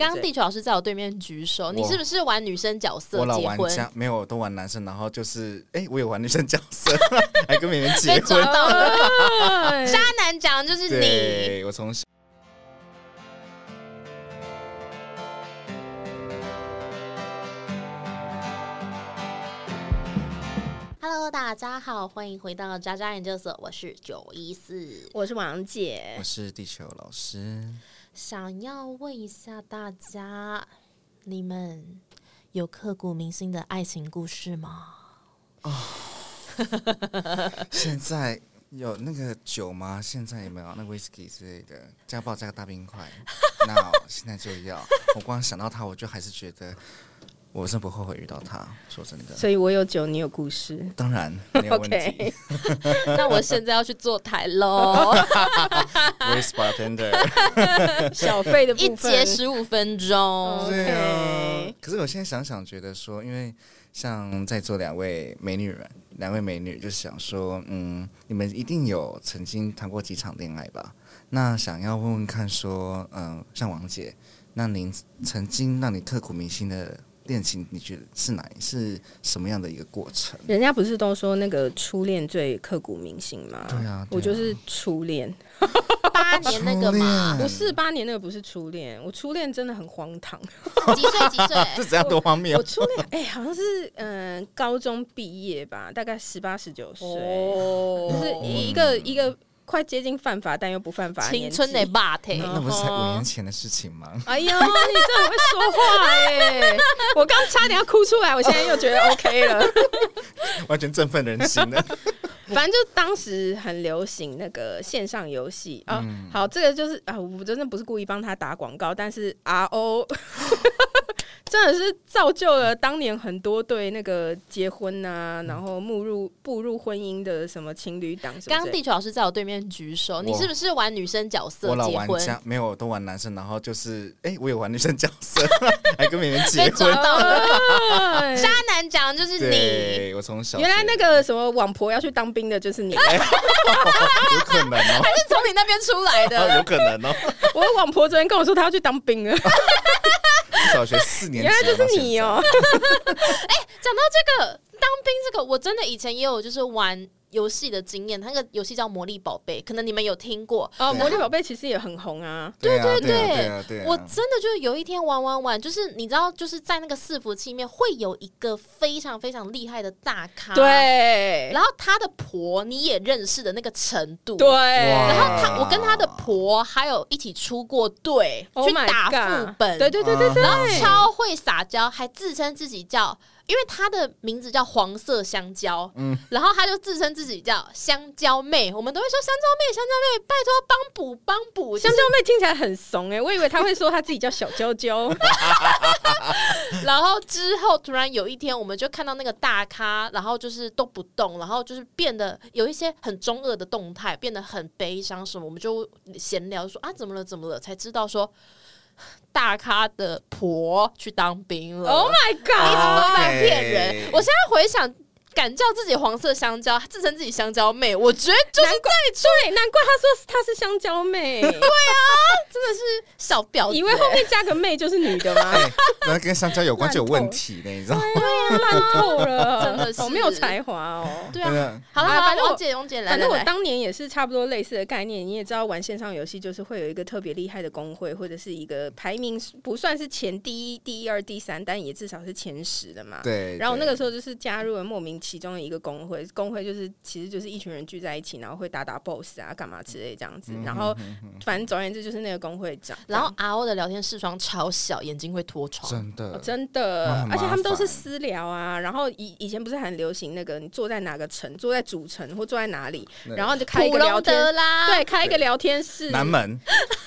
刚刚地球老师在我对面举手，你是不是玩女生角色我老结玩婚像没有，我都玩男生，然后就是哎、我有玩女生角色， 还跟别人结被抓婚。到 了？哎渣男讲的就是你，对，我从小 Hello，大家好，欢迎回到渣渣研究所，我是九一四。我是王姐我，是地球老师，想要问一下大家，你们有刻骨铭心的爱情故事吗？现在有那个酒吗？现在有没有那 whisky 之类的？家暴加个大 冰块，那现在就要。我光想到他，我就还是觉得我是不后悔遇到他。说真 的，所以我有酒，你有故事。当然没有问题。 OK， 那我现在要去坐台喽， w h i s bartender，小费的 一部 分节十五分钟。对啊 OK。可是我现在想想，觉得说，因为像在座两位美女人，两位美女，就是想说，嗯，你们一定有曾经谈过几场恋爱吧？那想要问问看，说，嗯、像王姐，那您曾经让你刻骨铭心的恋情，你觉得是哪是什么样的一个过程？人家不是都说那个初恋最刻骨铭心吗？对啊对啊我就是初恋，八年那个 嘛，嗯哎不是八年那个不是初恋，我初恋真的很荒 唐。几岁几岁？这怎样多荒谬我？初恋哎、好像是嗯、呃高中毕业吧，大概十八十九岁，就是 哦，一个一个快接近犯法但又不犯法的青年纪春的霸体。那不是才五年前的事情吗？ 哎呦，你真的很会说话耶！我刚差点要哭出来，我现在又觉得 OK 了。完全振奋人心的。 反正就当时很流行那个线上游戏啊。嗯好，这个就是啊，我真的不是故意帮他打广告，但是 RO 真的是造就了当年很多对那个结婚嗯啊，然后步入步入婚姻的什么情侣档什么刚之刚类的。地球老师在我对面举手，你我是不是玩女生角色我老结玩婚家没有，我都玩男生，然后就是哎、我有玩女生角色，还跟别 人结被抓婚。到了？哎渣男讲的就是你，对，我从小原来那个个什么网婆要去当兵的就是嗯你，有可 能哦、是从你那边出来啊 的。有可能哦、我网婆昨天跟我说她要去当兵了，小学四年级原来就是你哦、讲到这个当兵这个，我真的以前也有就是玩游戏的经验，那个游戏叫《魔力宝贝》，可能你们有听过。哦，对啊魔力宝贝其实也很红啊。对啊对对啊对啊对啊我真的就是有一天玩玩玩，就是你知道，就是在那个伺服器里面会有一个非常非常厉害的大咖，，对然后他的婆你也认识的那个程度，对，哇然后他，我跟他的婆还有一起出过队、 Oh 去 my 打 God 副本，啊对对对啊对对，然后超会撒娇，还自称自己叫，因为他的名字叫黄色香蕉，嗯，然后他就自称自己叫香蕉妹，我们都会说香蕉妹，香蕉妹，拜托帮补帮补，香蕉妹听起来很怂哎、我以为她会说她自己叫小娇 娇，哦然后之后突然有一天，我们就看到那个大咖，然后就是都不动，然后就是变得有一些很中二的动态，变得很悲伤什么，我们就闲聊说啊，怎么了怎么了，才知道说大咖的婆去当兵了。 Oh my 你怎 god！么敢 OK 骗人？我现在回想。敢叫自己黄色香蕉，自称自己香蕉妹，我觉得就是在出对，难怪她说她是香蕉妹，真的是小婊子、 欸以为后面加个妹就是女的吗？哎，那跟香蕉有关就有问题呢，你知道吗？烂透了，啊真的是好没有才华哦。对真啊，的好了啊好反了，正我王姐王姐来，反正我来来当年也是差不多类似的概念，你也知道，玩线上游戏就是会有一个特别厉害的工会，或者是一个排名不算是前第一、第一二、第三，但也至少是前十的嘛。对。然后我那个时候候就是加入了莫名其中的一个工会，工会就是其实就是一群人聚在一起，然后会打打 BOSS 啊，干嘛之类这样子。嗯然后反正总而言之就是那个工会长，然后 R O 的聊天视窗超小，眼睛会脱窗，真这样。的哦真的那，很麻而且他们都是烦私聊啊。然后以以前不是很流行那个，你坐在哪个城，坐在主城或坐在哪里，那然后就开一普个聊隆天德，啦，对，开一个聊天室，南门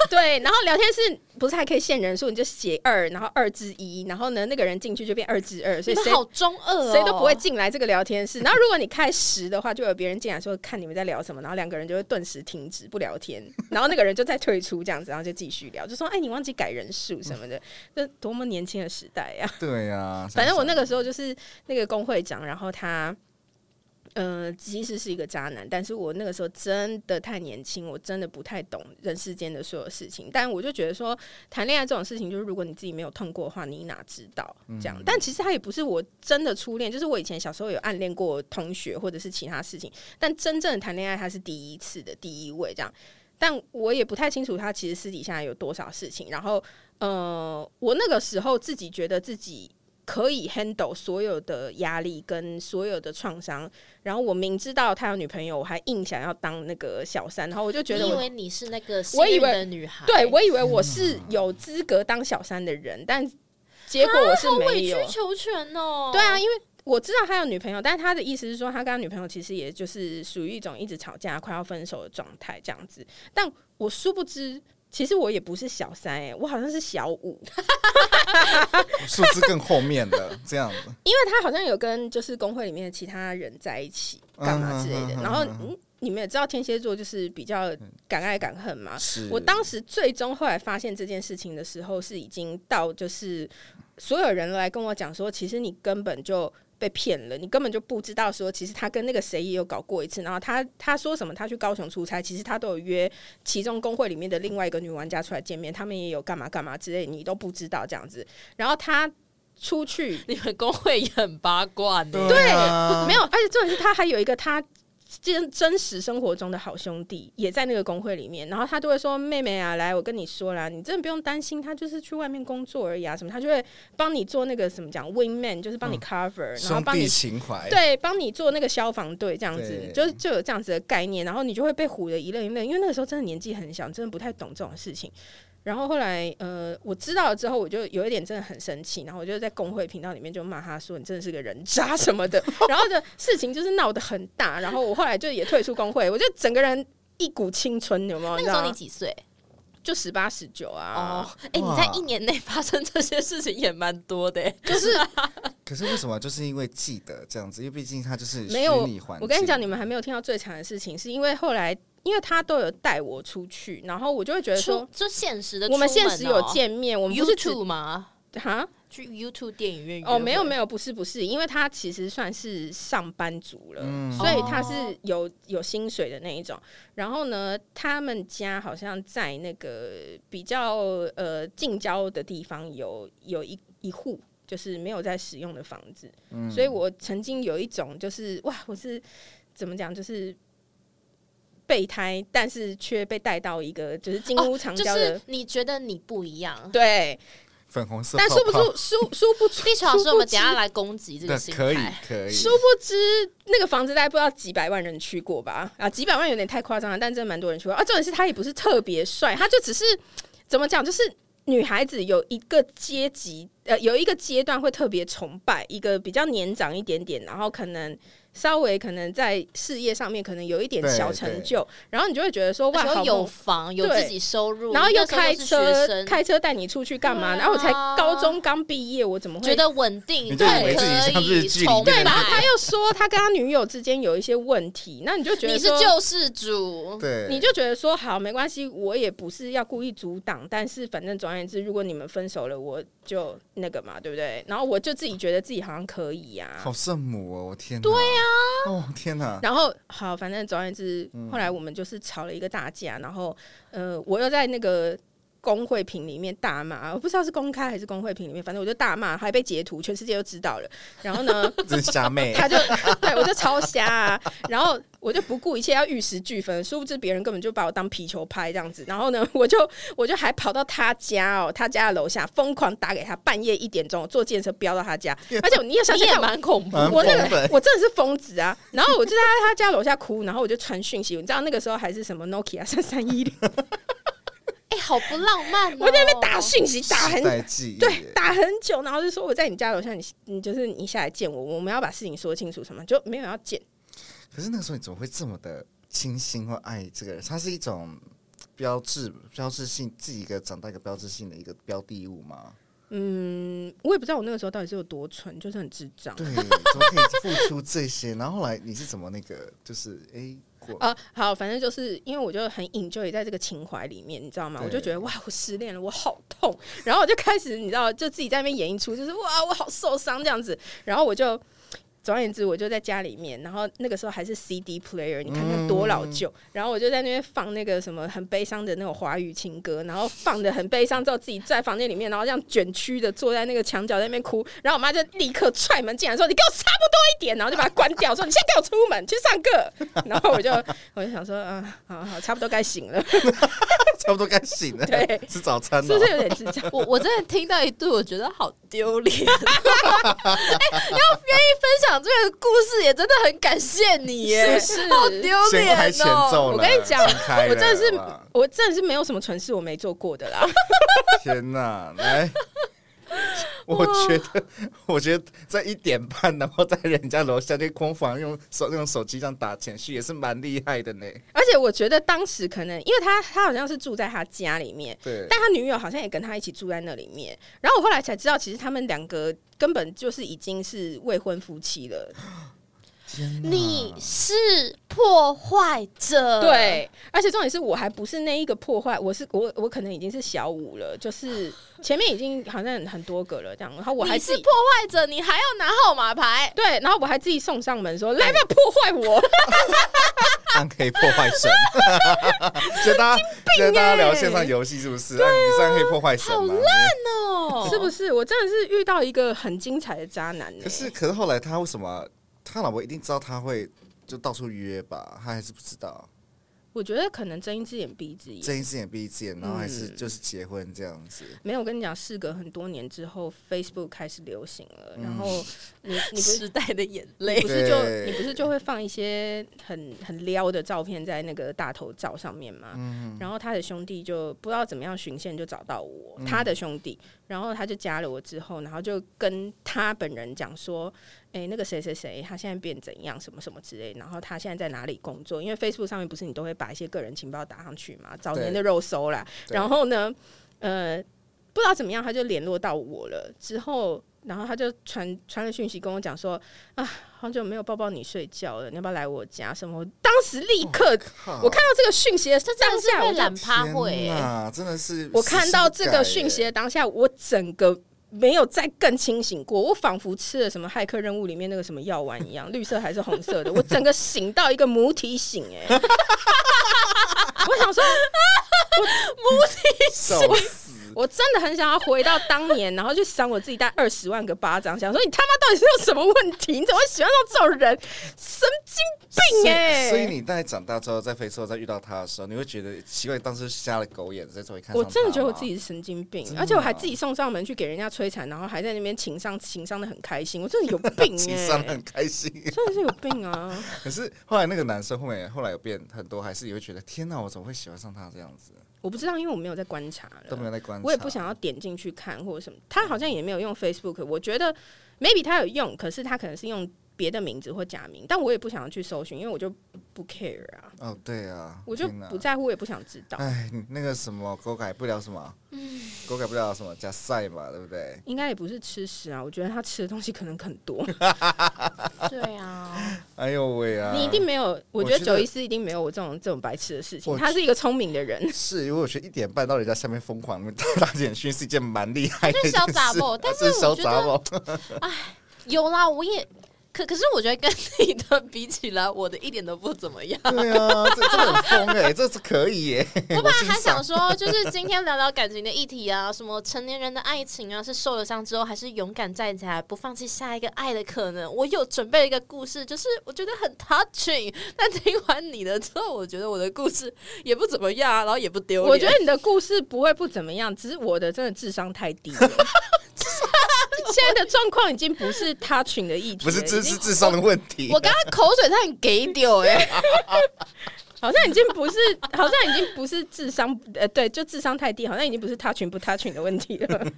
对，然后聊天室不是还可以限人数，你就写二，然后二至一，然后呢，那个人进去就变二至二，所你以们谁好中二哦，谁都不会进来这个聊天室。然后如果你开十的话，就有别人进来说看你们在聊什么，然后两个人就会顿时停止不 聊天，然后那个人就再退出这样子，然后就继续聊，就说哎你忘记改人数什么的，这多么年轻的时代呀、啊对呀，啊反正我那个时候就是那个工会长，然后他。呃，其实是一个渣男，但是我那个时候真的太年轻，我真的不太懂人世间的所有事情。但我就觉得说，谈恋爱这种事情，就是如果你自己没有痛过的话，你哪知道这样？但其实他也不是我真的初恋，就是我以前小时候有暗恋过同学或者是其他事情，但真正的谈恋爱，他是第一次的第一位这样。但我也不太清楚他其实私底下有多少事情。然后，呃，我那个时候自己觉得自己可以 handle 所有的压力跟所有的创伤。然后我明知道他有女朋友，我还硬想要当那个小三。然后我就觉得你以我，为你是那个我以幸运为的女孩，对我以为我是有资格当小三的人，但结果我是啊委没曲有。求全哦。对啊，因为我知道他有女朋友，但是他的意思是说，他跟他女朋友其实也就是属于一种一直吵架、快要分手的状态这样子。但我殊不知，其实我也不是小三、欸，我好像是小五，数字更后面的这样子，因为他好像有跟就是工会里面的其他人在一起干嘛之类的。嗯哼然后嗯哼嗯嗯，你们也知道天蝎座就是比较敢爱敢恨嘛，是啊我当时最终后来发现这件事情的时候，是已经到就是所有人来跟我讲说，其实你根本就被骗了，你根本就不知道说，其实他跟那个谁也有搞过一次，然后他他说什么他去高雄出差，其实他都有约其中工会里面的另外一个女玩家出来见面，他们也有干嘛干嘛之类，你都不知道这样子，然后他出去你们工会也很八卦呢。对啊没有，而且重点是他还有一个他真真实生活中的好兄弟，也在那个工会里面。然后他都会说：“妹妹啊，来，我跟你说啦，你真的不用担心，他就是去外面工作而已啊，什么，他就会帮你做那个什么讲 wingman，就是帮你 cover，、然后嗯兄帮你弟情怀，对，帮你做那个消防队这样子对，就是就有这样子的概念，然后你就会被唬得一愣一愣，因为那个时候真的年纪很小，你真的不太懂这种事情。然后后来，呃，我知道了之后，我就有一点真的很生气，然后我就在工会频道里面就骂他说：“你真的是个人渣什么的。”然后的事情就是闹得很大，然后我后来就也退出工会，我就整个人一股青春，有没有？那个你知时道候你吗？几岁？就十八十九啊，哦，哎，你哇在一年内发生这些事情也蛮多的欸。就是可是为什么就是因为记得这样子？因为毕竟它就是没有虚拟环境我跟你讲，你们还没有听到最惨的事情，是因为后来因为他都有带我出去，然后我就会觉得出说，就现实的出门哦，我们现实有见面，我们不是只 YouTube 吗？哈去 YouTube 电影院哦，没有没有，有，不是不是，因为他其实算是上班族了，嗯所以哦他是有有薪水的那一种。然后呢，他们家好像在那个比较呃近郊的地方有有一一户。就是没有在使用的房子，所以我曾经有一种就是哇，我是怎么讲，就是备胎，但是却被带到一个就是金屋藏哦就娇的，是你觉得你不一样。对，粉红色泡但泡，殊不知，殊殊不知， 地球老师，殊我不们知等一下来攻击这个心对态。可以可以，殊不知，那个房子大概不知道几百万人去过吧？啊，几百万有点太夸张了，但真的蛮多人去过。啊，重点是他也不是特别帅，他就只是怎么讲，就是女孩子有一个阶级，呃，有一个阶段会特别崇拜一个比较年长一点点，然后可能稍微可能在事业上面可能有一点对小成就，然后你就会觉得说哇，而且好又有猛房，有对自己收入，然后又又开车，生开车带你出去干对嘛？啊然后我才高中刚毕业，我怎么会觉得稳定，你就以对，为自己像可日以剧里崇面的拜。那个然后他又说他跟他女友之间有一些问题，那你就觉得你是说救世主，对，你就觉得说好没关系，我也不是要故意阻挡，但是反正总而言之，如果你们分手了，我就那个嘛，对不对？然后我就自己觉得自己好像可以呀、好圣母哦，我天，对呀，哦天哪，啊然后好，反正总而言之，后来我们就是吵了一个大架，然后呃，我又在那个工会屏里面大骂，我不知道是公开还是工会屏里面，反正我就大骂，还被截图，全世界都知道了。然后呢，真是虾妹，他就对我就超瞎、啊，然后我就不顾一切要玉石俱焚，殊不知别人根本就把我当皮球拍这样子。然后呢，我就我就还跑到他家哦，他家的楼下疯狂打给他，半夜一点钟我坐电车飙到他家，而且你也想你想也看我。蛮恐怖。蛮我那疯个的欸我真的是疯子啊！然后我就在他家楼下哭，然后我就传讯息，你知道那个时候还是什么 Nokia 三三一零，哦哎，好不浪漫哦！我在那边打讯息 打很时代记忆，对，打很久，然后就说我在你家楼下，你你就是你下来见我，我们要把事情说清楚什么，就没有要见。可是那个时候你怎么会这么的清新或爱这个人？它是一种标志、标志性自己一个长大一个标志性的一个标的物吗？ 嗯，我也不知道我那个时候到底是有多蠢，就是很智障。对，怎么可以付出这些？然后后来你是怎么那个？就是哎，过啊，好，反正就是因为我就很 enjoy 在这个情怀里面，你知道吗？对我就觉得哇，我失恋了，我好痛，然后我就开始，你知道，就自己在那边演一出，就是哇，我好受伤这样子，然后我就。总而言之，我就在家里面，然后那个时候还是 CD player，你看看多嗯老旧。然后我就在那边放那个什么很悲伤的那种华语情歌，然后放的很悲伤之后，自己在房间里面，然后这样卷曲的坐在那个墙角在那边哭。然后我妈就立刻踹门进来说：“你给我差不多一点！”然后就把它关掉，说：“你现在给我出门去上课。”然后我就我就想说：“嗯，好好，差不多该醒了。”差不多该醒了，对 吃早 餐是了不。是有点智障？我我真的听到一度，我觉得好丢 脸。哎、要愿意分享这个故事，也真的很感谢你耶，是不是好丢先脸开前哦！奏我了，跟你讲先开了我真的是哇我真的是没有什么蠢事我没做过的啦。天哪， 来！我觉得， 我觉得在一点半，然后在人家楼下那空房用手用手机这样打简讯，也是蛮厉害的呢。而且我觉得当时可能，因为他他好像是住在他家里面， 对，但他女友好像也跟他一起住在那里面。然后我后来才知道，其实他们两个根本就是已经是未婚夫妻了。天哪你是破坏者，，对，而且重点是我还不是那一个破坏，我是我我可能已经是小五了，就是前面已经好像很多个了这样。然后我还你自是己破坏者，你还要拿号码牌。对，然后我还自己送上门哎说来吧，破坏我。暗黑破坏神，觉得大家欸觉得大家聊线上游戏是不是？啊，你是暗黑破坏神好啊吗？ no，是不是？我真的是遇到一个很精彩的渣男、呢。欸哦可是可是后来他为什么他老婆一定知道他会就到处约吧？他还是不知道，我觉得可能睁一只眼闭一只眼，睁一只眼闭一只眼，然后还嗯是就是结婚这样子。没有，我跟你讲，事隔很多年之后，Facebook 开始流行嗯了，然后你你不是时代的眼你泪不是就你对不是就会放一些很很撩的照片在那个大头照上面吗？嗯然后他的兄弟就不知道怎么样循线就找到我，嗯他的兄弟，然后他就加了我之后，然后就跟他本人讲说，哎、那个谁谁谁他现在变怎样，什么什么之类，然后他现在在哪里工作？因为 Facebook 上面不是你都会把一些个人情报打上去嘛，早年的肉搜啦，对然后呢，呃，不知道怎么样，他就联络到我了。之后，然后他就传传了讯息跟我讲说：“啊，好久没有抱抱你睡觉了，你要不要来我家？”什么？我当时立刻，靠我看到这个讯息的这哦真当的是下，会我就懒趴会、天欸，哪真的是我看到这个讯息息的当下，我整个。没有再更清醒过，我仿佛吃了什么骇客任务里面那个什么药丸一样，绿色还是红色的，我整个醒到一个母体醒哎、我想说，受死，我真的很想要回到当年，然后去扇我自己大二十万个巴掌，想说你他妈到底是有什么问题？你怎么会喜欢上这种人？神经病哎、所以你大概长大之后，在非洲再遇到他的时候，你会觉得奇怪，当时瞎了狗眼，在这里看上我他吗真的觉得我自己是神经病真，的啊而且我还自己送上门去给人家摧残，然后还在那边情商情商的很开心，我真的有病 情哎、商很开心。真的是有病啊！ 可是后来那个男生后面后来有变很多，还是也会觉得天哪，我怎么会喜欢上他这样子？我不知道，因为我没有在观察都没了，有在观察，我也不想要点进去看或者什么。他好像也没有用 Facebook，我觉得 maybe 他有用，可是他可能是用别的名字或假名，但我也不想要去搜寻，因为我就不 care 啊。哦，对啊，我就天哪不。在乎，我也不想知道。哎，那个什么，狗改不了什么，嗯狗改不了什么，加赛嘛，对不对？应该也不是吃屎啊，我觉得他吃的东西可能很 多。啊对啊，哎呦喂啊！你一定没有，我觉我得觉九得一四一定没有我这种这种白痴的事情。我他是一个聪明的人，是因为我觉得一点半到人家下面疯狂打打简讯是一件蛮厉害的我一觉件得事，啊小杂毛但是这是小我觉得杂毛有啦，我也可可是我觉得跟你的比起来，我的一点都不怎么样。对啊，这这个很疯哎、这是可以耶、 我本来还想说，就是今天聊聊感情的议题啊，什么成年人的爱情啊，是受了伤之后还是勇敢站起来，不放弃下一个爱的可能。我有准备一个故事，就是我觉得很 touching。但听完你的之后，我觉得我的故事也不怎么样啊，然后也不丢脸。我觉得你的故事不会不怎么样，只是我的真的智商太低 了。现在的状况已经不是他群的议题 不了，是已这经是智商的问题我。刚刚口水差点给丢哎、好像已经不是，好像已经不是智商，呃，对，就智商太低，好像已经不是他群不他群的问题了。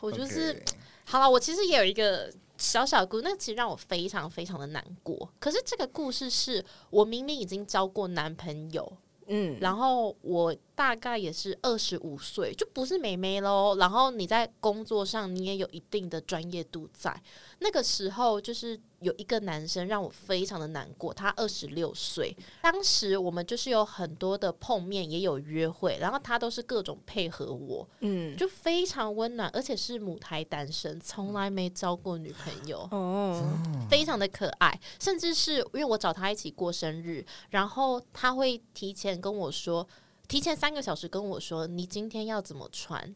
我就是 OK 好了，我其实也有一个小小故，那其实让我非常非常的难过。可是这个故事是我明明已经交过男朋友，嗯，然后我大概也是二十五岁，就不是美眉喽。然后你在工作上你也有一定的专业度在。那个时候就是有一个男生让我非常的难过，他二十六岁，当时我们就是有很多的碰面，也有约会，然后他都是各种配合我，嗯，就非常温暖，而且是母胎单身，从来没交过女朋友。哦，非常的可爱，甚至是因为我找他一起过生日，然后他会提前跟我说，提前三个小时跟我说你今天要怎么穿。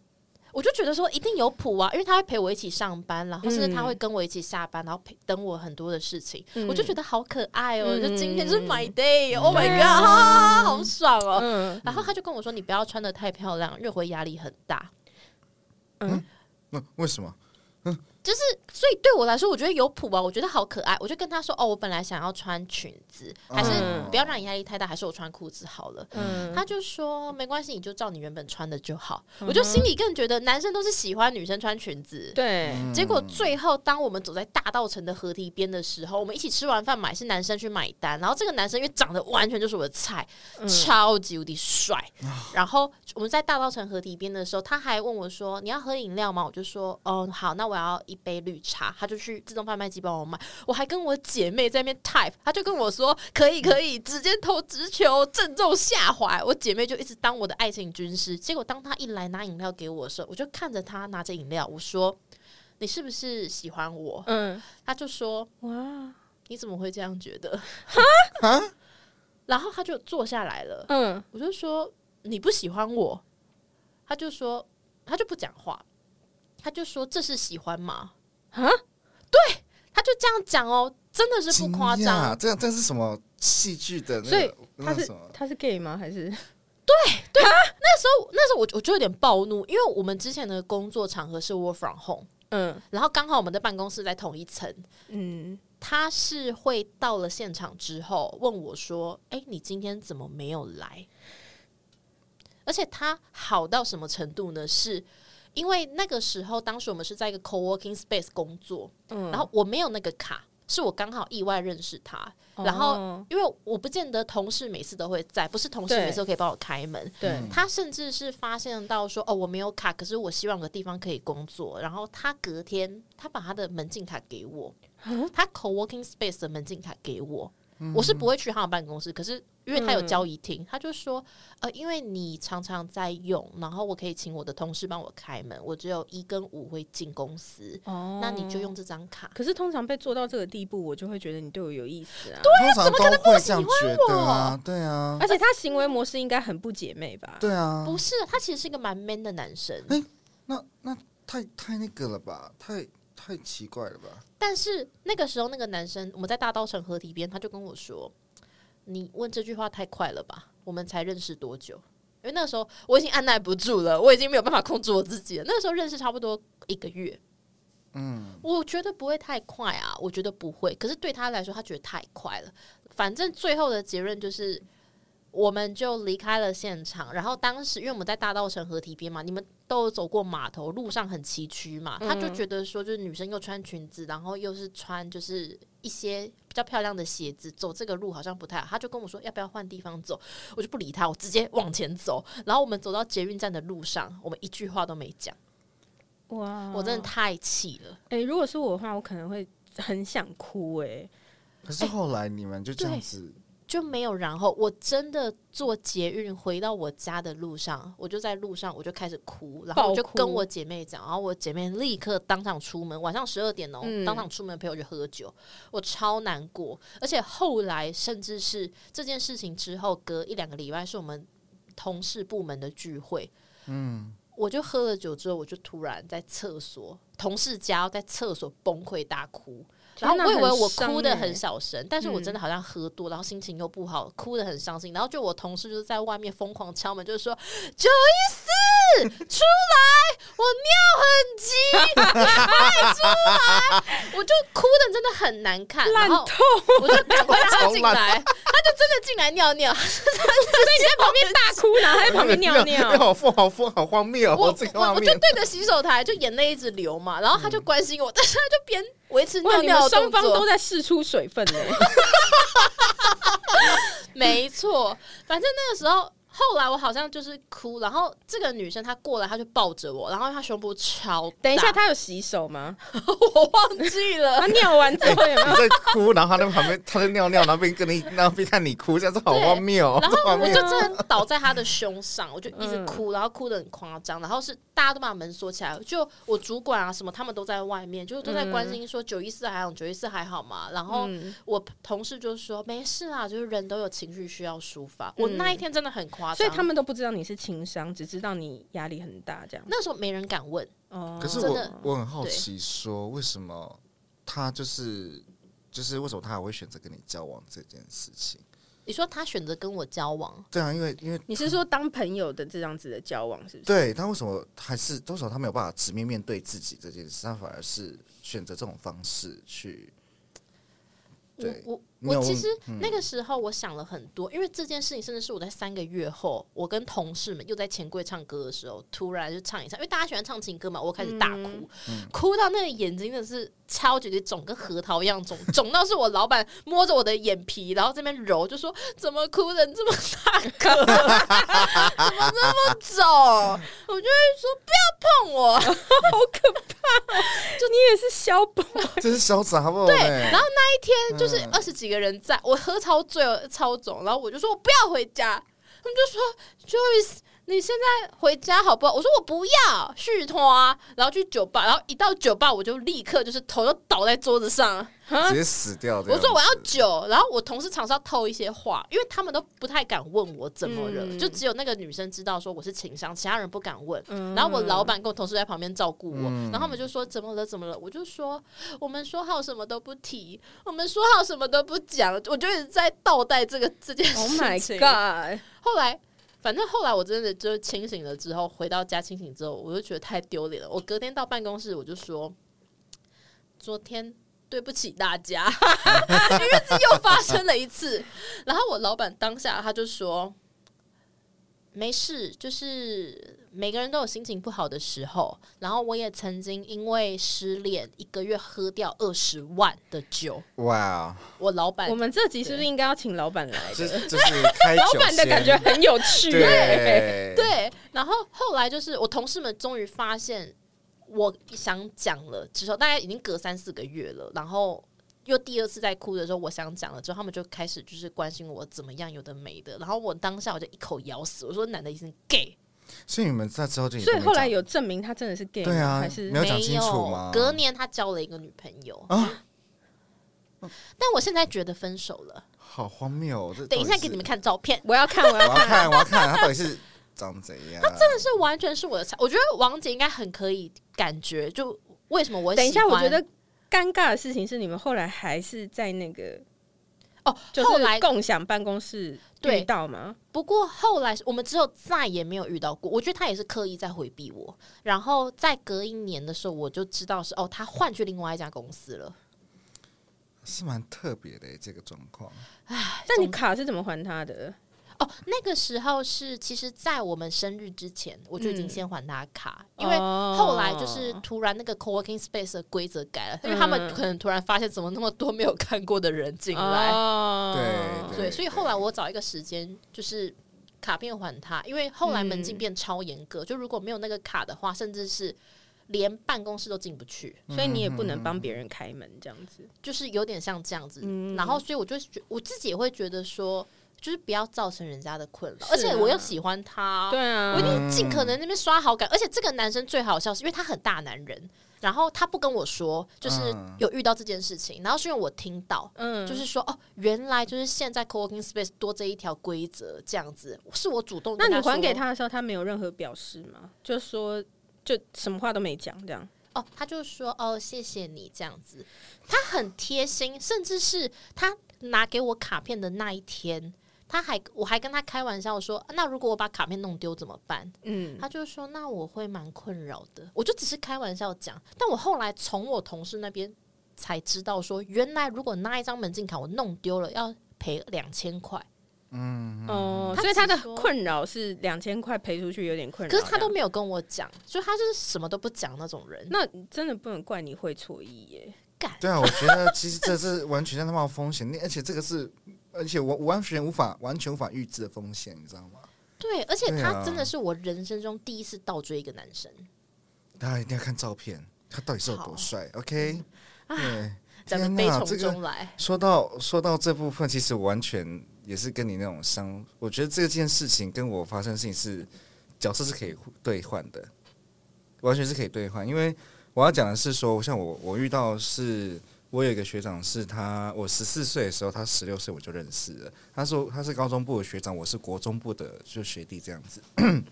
我就觉得说一定有谱啊，因为他会陪我一起上班，然后甚至他会跟我一起下班，然后陪等我很多的事情，嗯我就觉得好可爱哦！嗯就今天是 my day，Oh、my 对 god，、啊啊、好爽哦！嗯然后他就跟我说：“你不要穿的太漂亮，热回压力很大。”嗯，那为什么？就是，所以对我来说，我觉得有谱吧，我觉得好可爱。我就跟他说：“哦，我本来想要穿裙子，还是嗯不要让你压力太大，还是我穿裤子好了。”嗯，他就说：“没关系，你就照你原本穿的就好。”我就心里更觉得男生都是喜欢女生穿裙子。对，结果最后，当我们走在大道城的河堤边的时候，我们一起吃完饭买，是男生去买单。然后这个男生因为长得完全就是我的菜，嗯超级无敌帅。然后我们在大稻城河堤边的时候，他还问我说：“你要喝饮料吗？”我就说：“哦，好，那我要一杯绿茶。”他就去自动贩卖机帮嗯我买。我还跟我姐妹在那边 type，他就跟我说：“可以，可以，直接投直球，正中下怀。”我姐妹就一直当我的爱情军师。结果当他一来拿饮料给我的时候，我就看着他拿着饮料，我说：“你是不是喜欢我嗯，？”他就说哇，：“你怎么会这样觉得？”然后他就坐下来了。嗯，我就说你不喜欢我，他就说他就不讲话，他就说这是喜欢吗？啊，他就这样讲哦，真的是不夸惊讶张，这这是什么戏剧的那所以个？那他个是什么？他是 gay 吗？还是那时候我我就有点暴怒，因为我们之前的工作场合是 work from home，嗯然后刚好我们的办公室在同一层，嗯他是会到了现场之后问我说：“哎、你今天怎么没有来？”而且他好到什么程度呢？是因为那个时候，当时我们是在一个 co-working space 工作，嗯然后我没有那个卡，是我刚好意外认识他，然哦后因为我不见得同事每次都会在，不是同事对每次都可以帮我开门，对，嗯他甚至是发现到说，哦，我没有卡，可是我希望有个地方可以工作。然后他隔天，他把他的门禁卡给我，他 co-working space 的门禁卡给我。我是不会去他的办公室，可是因为他有交易厅，他就说，呃，因为你常常在用，然后我可以请我的同事帮我开门，我只有一跟五会进公司，哦那你就。用这张卡。可是通常被做到这个地步，我就会觉得你对我有意思啊。通常都会这样觉得啊，对啊，而且他行为模式应该很不姐妹吧？对啊哎不，是，他其实是一个蛮 man 的男生，那那太太那个了吧，太太奇怪了吧？但是那个时候，那个男生我们在大稻城河堤边，他就跟我说：“你问这句话太快了吧？我们才认识多久？”因为那个时候我已经按耐不住了，我已经没有办法控制我自己了。那个时候认识差不多一个月，嗯，我觉得不会太快啊，我觉得不会。可是对他来说，他觉得太快了。反正最后的结论就是，我们就离开了现场。然后当时因为我们在大稻城河堤边嘛，你们都有走过码头，路上很崎岖嘛，他就觉得说，就是女生又穿裙子，然后又是穿就是一些比较漂亮的鞋子，走这个路好像不太好。他就跟我说要不要换地方走，我就不理他，我直接往前走。然后我们走到捷运站的路上，我们一句话都没讲，哇我真的太气了。哎、如果是我的话，我可能会很想哭哎、可是后来你们就这样子，就没有然后。我真的坐捷运回到我家的路上，我就在路上我就开始哭，然后我就爆哭跟我姐妹讲，然后我姐妹立刻当场出门，晚上十二点哦、嗯当场出门陪我去喝酒，我超难过。而且后来甚至是这件事情之后，隔一两个礼拜是我们同事部门的聚会，嗯。我就喝了酒之后，我就突然在厕所同事家在厕所崩溃大哭，然后天哪我以为我伤哭的欸很小声，但是我嗯真的好像喝多，然后心情又不好，哭的很伤心。然后就我同事就是在外面疯狂敲门，就是说九一四出来，我尿很急，赶快出来！我就哭的真的很难看，然后透，我就赶快让他进超烂来，他就真的进来尿 尿，在旁边大哭，然后还在旁边尿哎尿。 好疯，好疯，好荒谬我哦！我这个画我就面，对着洗手台就眼泪一直流嘛，然后他就关心我，但是他就边维持嗯哇，尿你们尿的双动方作都在试 出水分呢、 没错，反正那个时候后来我好像就是哭，然后这个女生她过来，她就抱着我，然后她胸部超大，等一下，他有洗手吗？ 我忘记了他。尿完之 后有没有你在哭，然后他在旁边，他在尿尿，然后边跟你， 然后边看你哭，这样子好荒谬 哦，然后这荒我谬就真的倒在她的胸上，我就一直嗯哭，然后哭得很夸张，然后是大家都把门锁起来，就我主管啊什么，他们都在外面，就是都在关心说九一四还好，九一四还好吗？然后嗯我同事就说没事啦，就是人都有情绪需要抒发。我那一天真的很夸张，嗯所以他们都不知道你是情商，只知道你压力很大这样。那时候没人敢问，哦可是真我的我很好奇，说为什么他就是就是为什么他还会选择跟你交往这件事情？你说他选择跟我交往，对啊，因为因为你是说当朋友的这样子的交往是不是？对他为什么还是多少他没有办法直面面对自己这件事，他反而是选择这种方式 去。我对我没有我问嗯其实那个时候我想了很多，因为这件事情甚至是我在三个月后，我跟同事们又在钱柜唱歌的时候，突然就唱一唱，因为大家喜欢唱情歌嘛，我开始大哭，嗯哭到那个眼睛真的是超级的肿，跟核桃一样肿，肿到是我老板摸着我的眼皮，然后这边揉，就说怎么哭的这么大个，怎么那么肿？我就会说不要碰我，就你也是消 保，这是小杂货对，然后那一天就是二十几个人在，我喝超醉了超肿，然后我就说我不要回家，他们就说 Joyce。你现在回家好不好？我说我不要续拖、啊，然后去酒吧，然后一到酒吧我就立刻就是头就倒在桌子上，直接死掉这我样子。说我要酒，然后我同事常常透一些话，因为他们都不太敢问我怎么了，嗯就只有那个女生知道说我是情商，其他人不敢问。嗯然后我老板跟我同事在旁边照顾我，嗯然后他们就说怎么了怎么了，我就说我们说好什么都不提，我们说好什么都不讲，我就一直在倒带这个这件 Oh 事 my 情。 god！后来。反正后来我真的就是清醒了之后，回到家清醒之后，我就觉得太丢脸了。我隔天到办公室，我就说，昨天对不起大家， 因为这又发生了一次。然后我老板当下他就说，没事，就是每个人都有心情不好的时候。然后我也曾经因为失恋，一个月喝掉二十万的酒。 哇，我老板我们这集是不是应该要请老板来？这就是开老酒板的先感觉很有趣、欸，对对，然后后来就是我同事们终于发现我想讲了之后，大概已经隔三四个月了，然后又第二次在哭的时候，我想讲了之后，他们就开始就是关心我怎么样，有的没的，然后我当下我就一口咬死，我说男的一定 gay，所以你们在之后就也所以都没后来讲有证明他真的是 gay 吗对啊还是 没有讲清楚有吗，隔年他交了一个女朋友啊，但我现在觉得分手了，好荒谬、哦。这等一下到底是给你们，看照片。我要看，我 我要要看，我要看他到底是长怎 样。他真这是完全是我的菜，我觉得王姐应该很可以感觉，就为什么 我等一下，喜我欢觉得尴尬的事情是你们后来还是在那个哦，就后是来共享办公室对遇到吗？不过后来我们之后再也没有遇到过，我觉得他也是刻意在回避我。然后在隔一年的时候，我就知道是哦，他换去另外一家公司了。是蛮特别的这个状况。但你卡是怎么还他的？哦，那个时候是其实，在我们生日之前，我就已经嗯先还他卡，哦因为后来就是突然那个 co-working space 的规则改了，因为他们嗯可能突然发现怎么那么多没有看过的人进来，哦对对，所以后来我找一个时间就是卡片还他，因为后来门禁变超严格，就如果没有那个卡的话，甚至是连办公室都进不去，所以你也不能帮别人开门这样子。就是有点像这样子。嗯然后，所以我就觉我自己也会觉得说，就是不要造成人家的困扰，是啊而且我又喜欢他，对嗯啊我一，定尽可能那边刷好感。而且这个男生最好笑是因为他很大男人，然后他不跟我说，就是嗯有遇到这件事情，然后是因为我听到，嗯就是说哦，原来就是现在 co-working space 多这一条规则，这样子是我主动那跟你说还给他的时候，他没有任何表示吗？就说就什么话都没讲，这样哦，他就说哦，谢谢你这样子，他很贴心，甚至是他拿给我卡片的那一天。他还，我还跟他开玩笑说，那如果我把卡片弄丢怎么办？嗯，他就说，那我会蛮困扰的。我就只是开玩笑讲，但我后来从我同事那边才知道说，原来如果那一张门禁卡我弄丢了，要赔两千块。哦，他所以他的只说困扰是两千块赔出去有点困扰可这是样，他都没有跟我讲，就他就是什么都不讲那种人。那真的不能怪你会错意耶，干，对啊，我觉得其实这是完全让他冒风险，那而且这个是，而且我我完全无法完全无法预知的风险，你知道吗？对，而且对他啊真的是我人生中第一次倒追一个男生。大家一定要看照片，他到底是有多帅？OK，对，嗯咱们啊悲天哪从这个中来，说到说到这部分，其实完全也是跟你那种相，我觉得这件事情跟我发生的事情是角色是可以兑换的，完全是可以兑换。因为我要讲的是说，像我我遇到是。我有一个学长，是他，我十四岁的时候，他十六岁我就认识了。他说他是高中部的学长，我是国中部的就学弟这样子。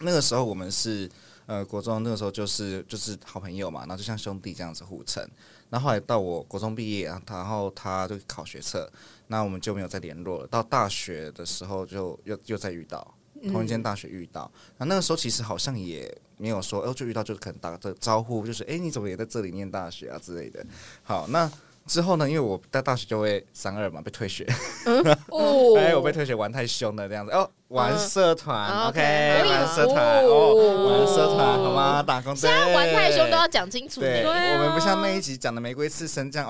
那个时候我们是呃国中，那个时候就是就是好朋友嘛，然后就像兄弟这样子互称。然后后来到我国中毕业，然后然后他就考学测，那我们就没有再联络了。到大学的时候就又又再遇到，嗯同一间大学遇到。那、那个时候其实好像也没有说，哦，就遇到就可能打个招呼，就是哎，你怎么也在这里念大学啊之类的。好，那之后呢，因为我在大学就会三二嘛，被退学， 哦 哎，我被退学玩太凶了这样子。哦，玩社团、嗯 o OK， k 玩社团哦哦，玩社团好吗？打工现在玩太凶对都要讲清楚呢。对，啊我们不像那一集讲的玫瑰刺身这样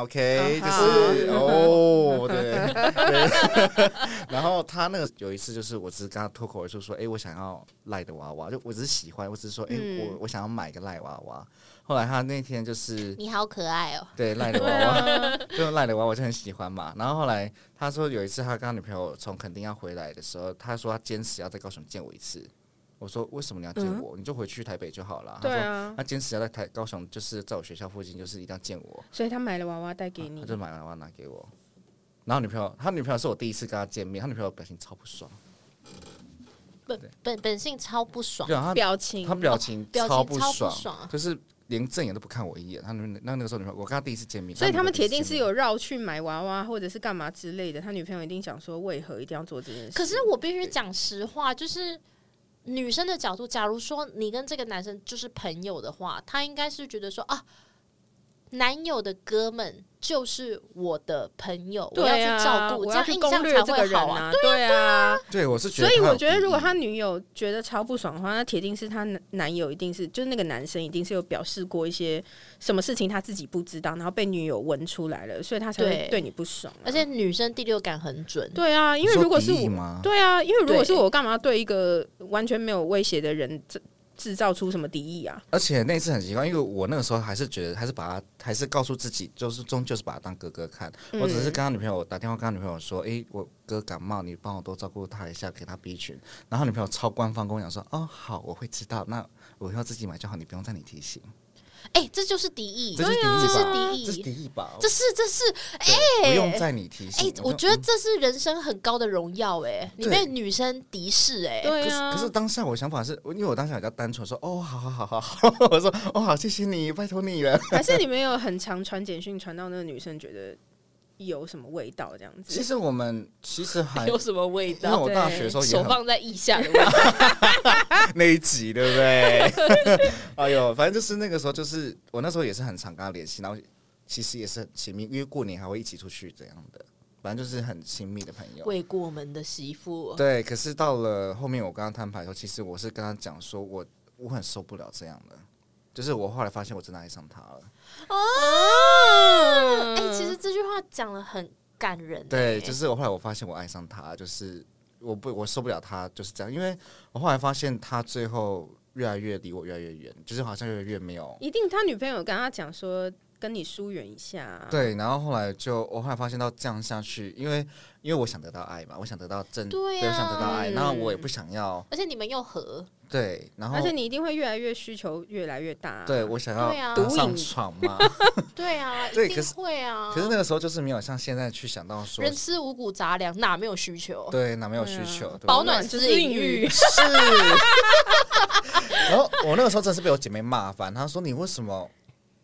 啊，OK，、就是好 哦，对对。然后他那个有一次，就是我只是跟他脱口而出说，哎、我想要赖的娃娃，就我只是喜欢，我只是说，哎、嗯我我想要买个赖娃娃。后来他那天就是你好可爱哦，对赖的娃 娃，这种赖的娃娃我就很喜欢嘛。然后后来他说有一次他跟他女朋友从垦丁要回来的时候，他说他坚持要在高雄见我一次。我说为什么你要见嗯我？你就回去台北就好了。他对说啊，他坚持要在台高雄，就是在我学校附近，就是一定要见我，所以他买了娃娃带给啊他你，就买娃娃拿给我。然后女朋友，他女朋友是我第一次跟他见面，他女朋友表情超不爽，本本本性超不爽，对啊，哦表他情他表情表情超不超爽，不爽啊。就是连正眼都不看我一眼。他女那那个时候女朋友，我跟他第一次见面，所以他们女朋铁友第一定次是见面有绕去买娃娃或者是干嘛之类的。他女朋友一定想说，为何一定要做这件事？可是我必须讲实话，就是女生的角度，假如说你跟这个男生就是朋友的话，他应该是觉得说啊，男友的哥们就是我的朋友，我对要啊，去照顾，我这要样去印攻象略才这个会人好啊。啊，对啊。对我是觉得，所以我觉得，如果他女友觉得超不爽的话，那铁定是他男男友一定是，就是那个男生一定是有表示过一些什么事情他自己不知道，然后被女友闻出来了，所以他才会对对你不爽啊、而且女生第六感很准，对啊，因为如果是我，吗？对啊，因为如果是对我，干嘛对一个完全没有威胁的人制制造出什么敌意啊？而且那一次很奇怪，因为我那个时候还是觉得，还是把他，还是告诉自己，就是终究是把他当哥哥看。我只是跟他女朋友打电话，跟他女朋友说：“诶，我哥感冒，你帮我多照顾他一下，给他 B 群。”然后他女朋友超官方跟我讲说：“哦，好，我会知道，那我以后自己买就好，你不用再你提醒。哎、这就是敌意，这就是敌意这是吧敌意这是敌意吧？这是这是对不用再你提哎、醒。我觉得这是人生很高的荣耀哎、你嗯对被女生敌视哎、对嗯可啊，是当下我想法是，因为我当下比较单纯，说哦，好好好好好，我说哦好，谢谢你，拜托你了。还是你们有很常传简讯传到那个女生觉得有什么味道这样其子？实我们其实还 有什么味因为道？我大学的时候也手很放在腋下的味道， 那一集，对不对？ 哎呦，反正就是那个时候，就是我那时候也是很常跟他联系，然后其实也是很亲密，因为过年还会一起出去这样的，反正就是很亲密的朋友。未过门的媳妇。对，可是到了后面我跟他摊牌的时候，其实我是跟他讲说我我很受不了这样的，就是我后来发现我真的爱上他了。啊哎、其实这句话讲的很感人、哎对，就是是我后来我发现我爱上他，就是我不我受不了他就是这样，因为我后来发现他最后越来越离我越来越远，就是好像越来越没有一定他女朋友跟他讲说，跟你疏远一下啊、对，然后后来就我后来发现到这样下去，因为因为我想得到爱嘛，我想得到真，对啊我想得到爱，嗯然后我也不想要而且你们又和，对，然后而且你一定会越来越需求越来越大啊、对我想对啊要毒打上瘾床 嘛，对啊，一对定可是会啊。可是那个时候就是没有像现在去想到说人吃五谷杂粮，哪没有需求？对哪没有需对啊求，对保我暖就是私隐隐欲欲是。 然后我那个时候真的是被我姐妹骂烦，她说你为什么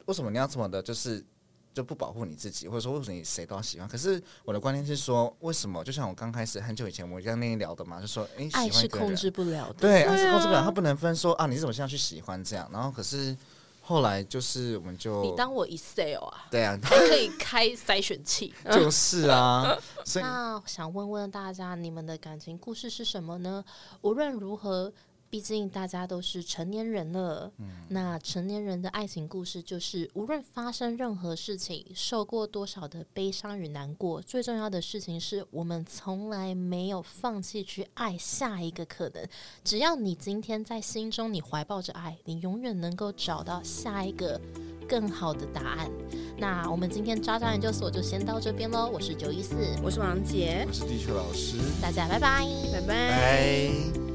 为什么你要这么的，就是就不保护你自己，或者说为什么你谁都要喜欢？可是我的观念是说，为什么？就像我刚开始很久以前我们跟那天聊的嘛，就说哎，爱喜欢是一个人控制啊不了的。对，爱是控制不了，他不能分说啊，你怎么现在去喜欢这样？然后可是后来就是我们你就当我 Excel 啊，对啊， 还可以开筛选器。就是啊，所以那想问问大家，你们的感情故事是什么呢？无论如何，毕竟大家都是成年人了。嗯那成年人的爱情故事就是，无论发生任何事情，受过多少的悲伤与难过，最重要的事情是我们从来没有放弃去爱下一个可能。只要你今天在心中你怀抱着爱，你永远能够找到下一个更好的答案。那我们今天渣渣研究所就先到这边喽，我是九一四，我是王杰，我是地球老师，大家拜拜。拜拜。拜。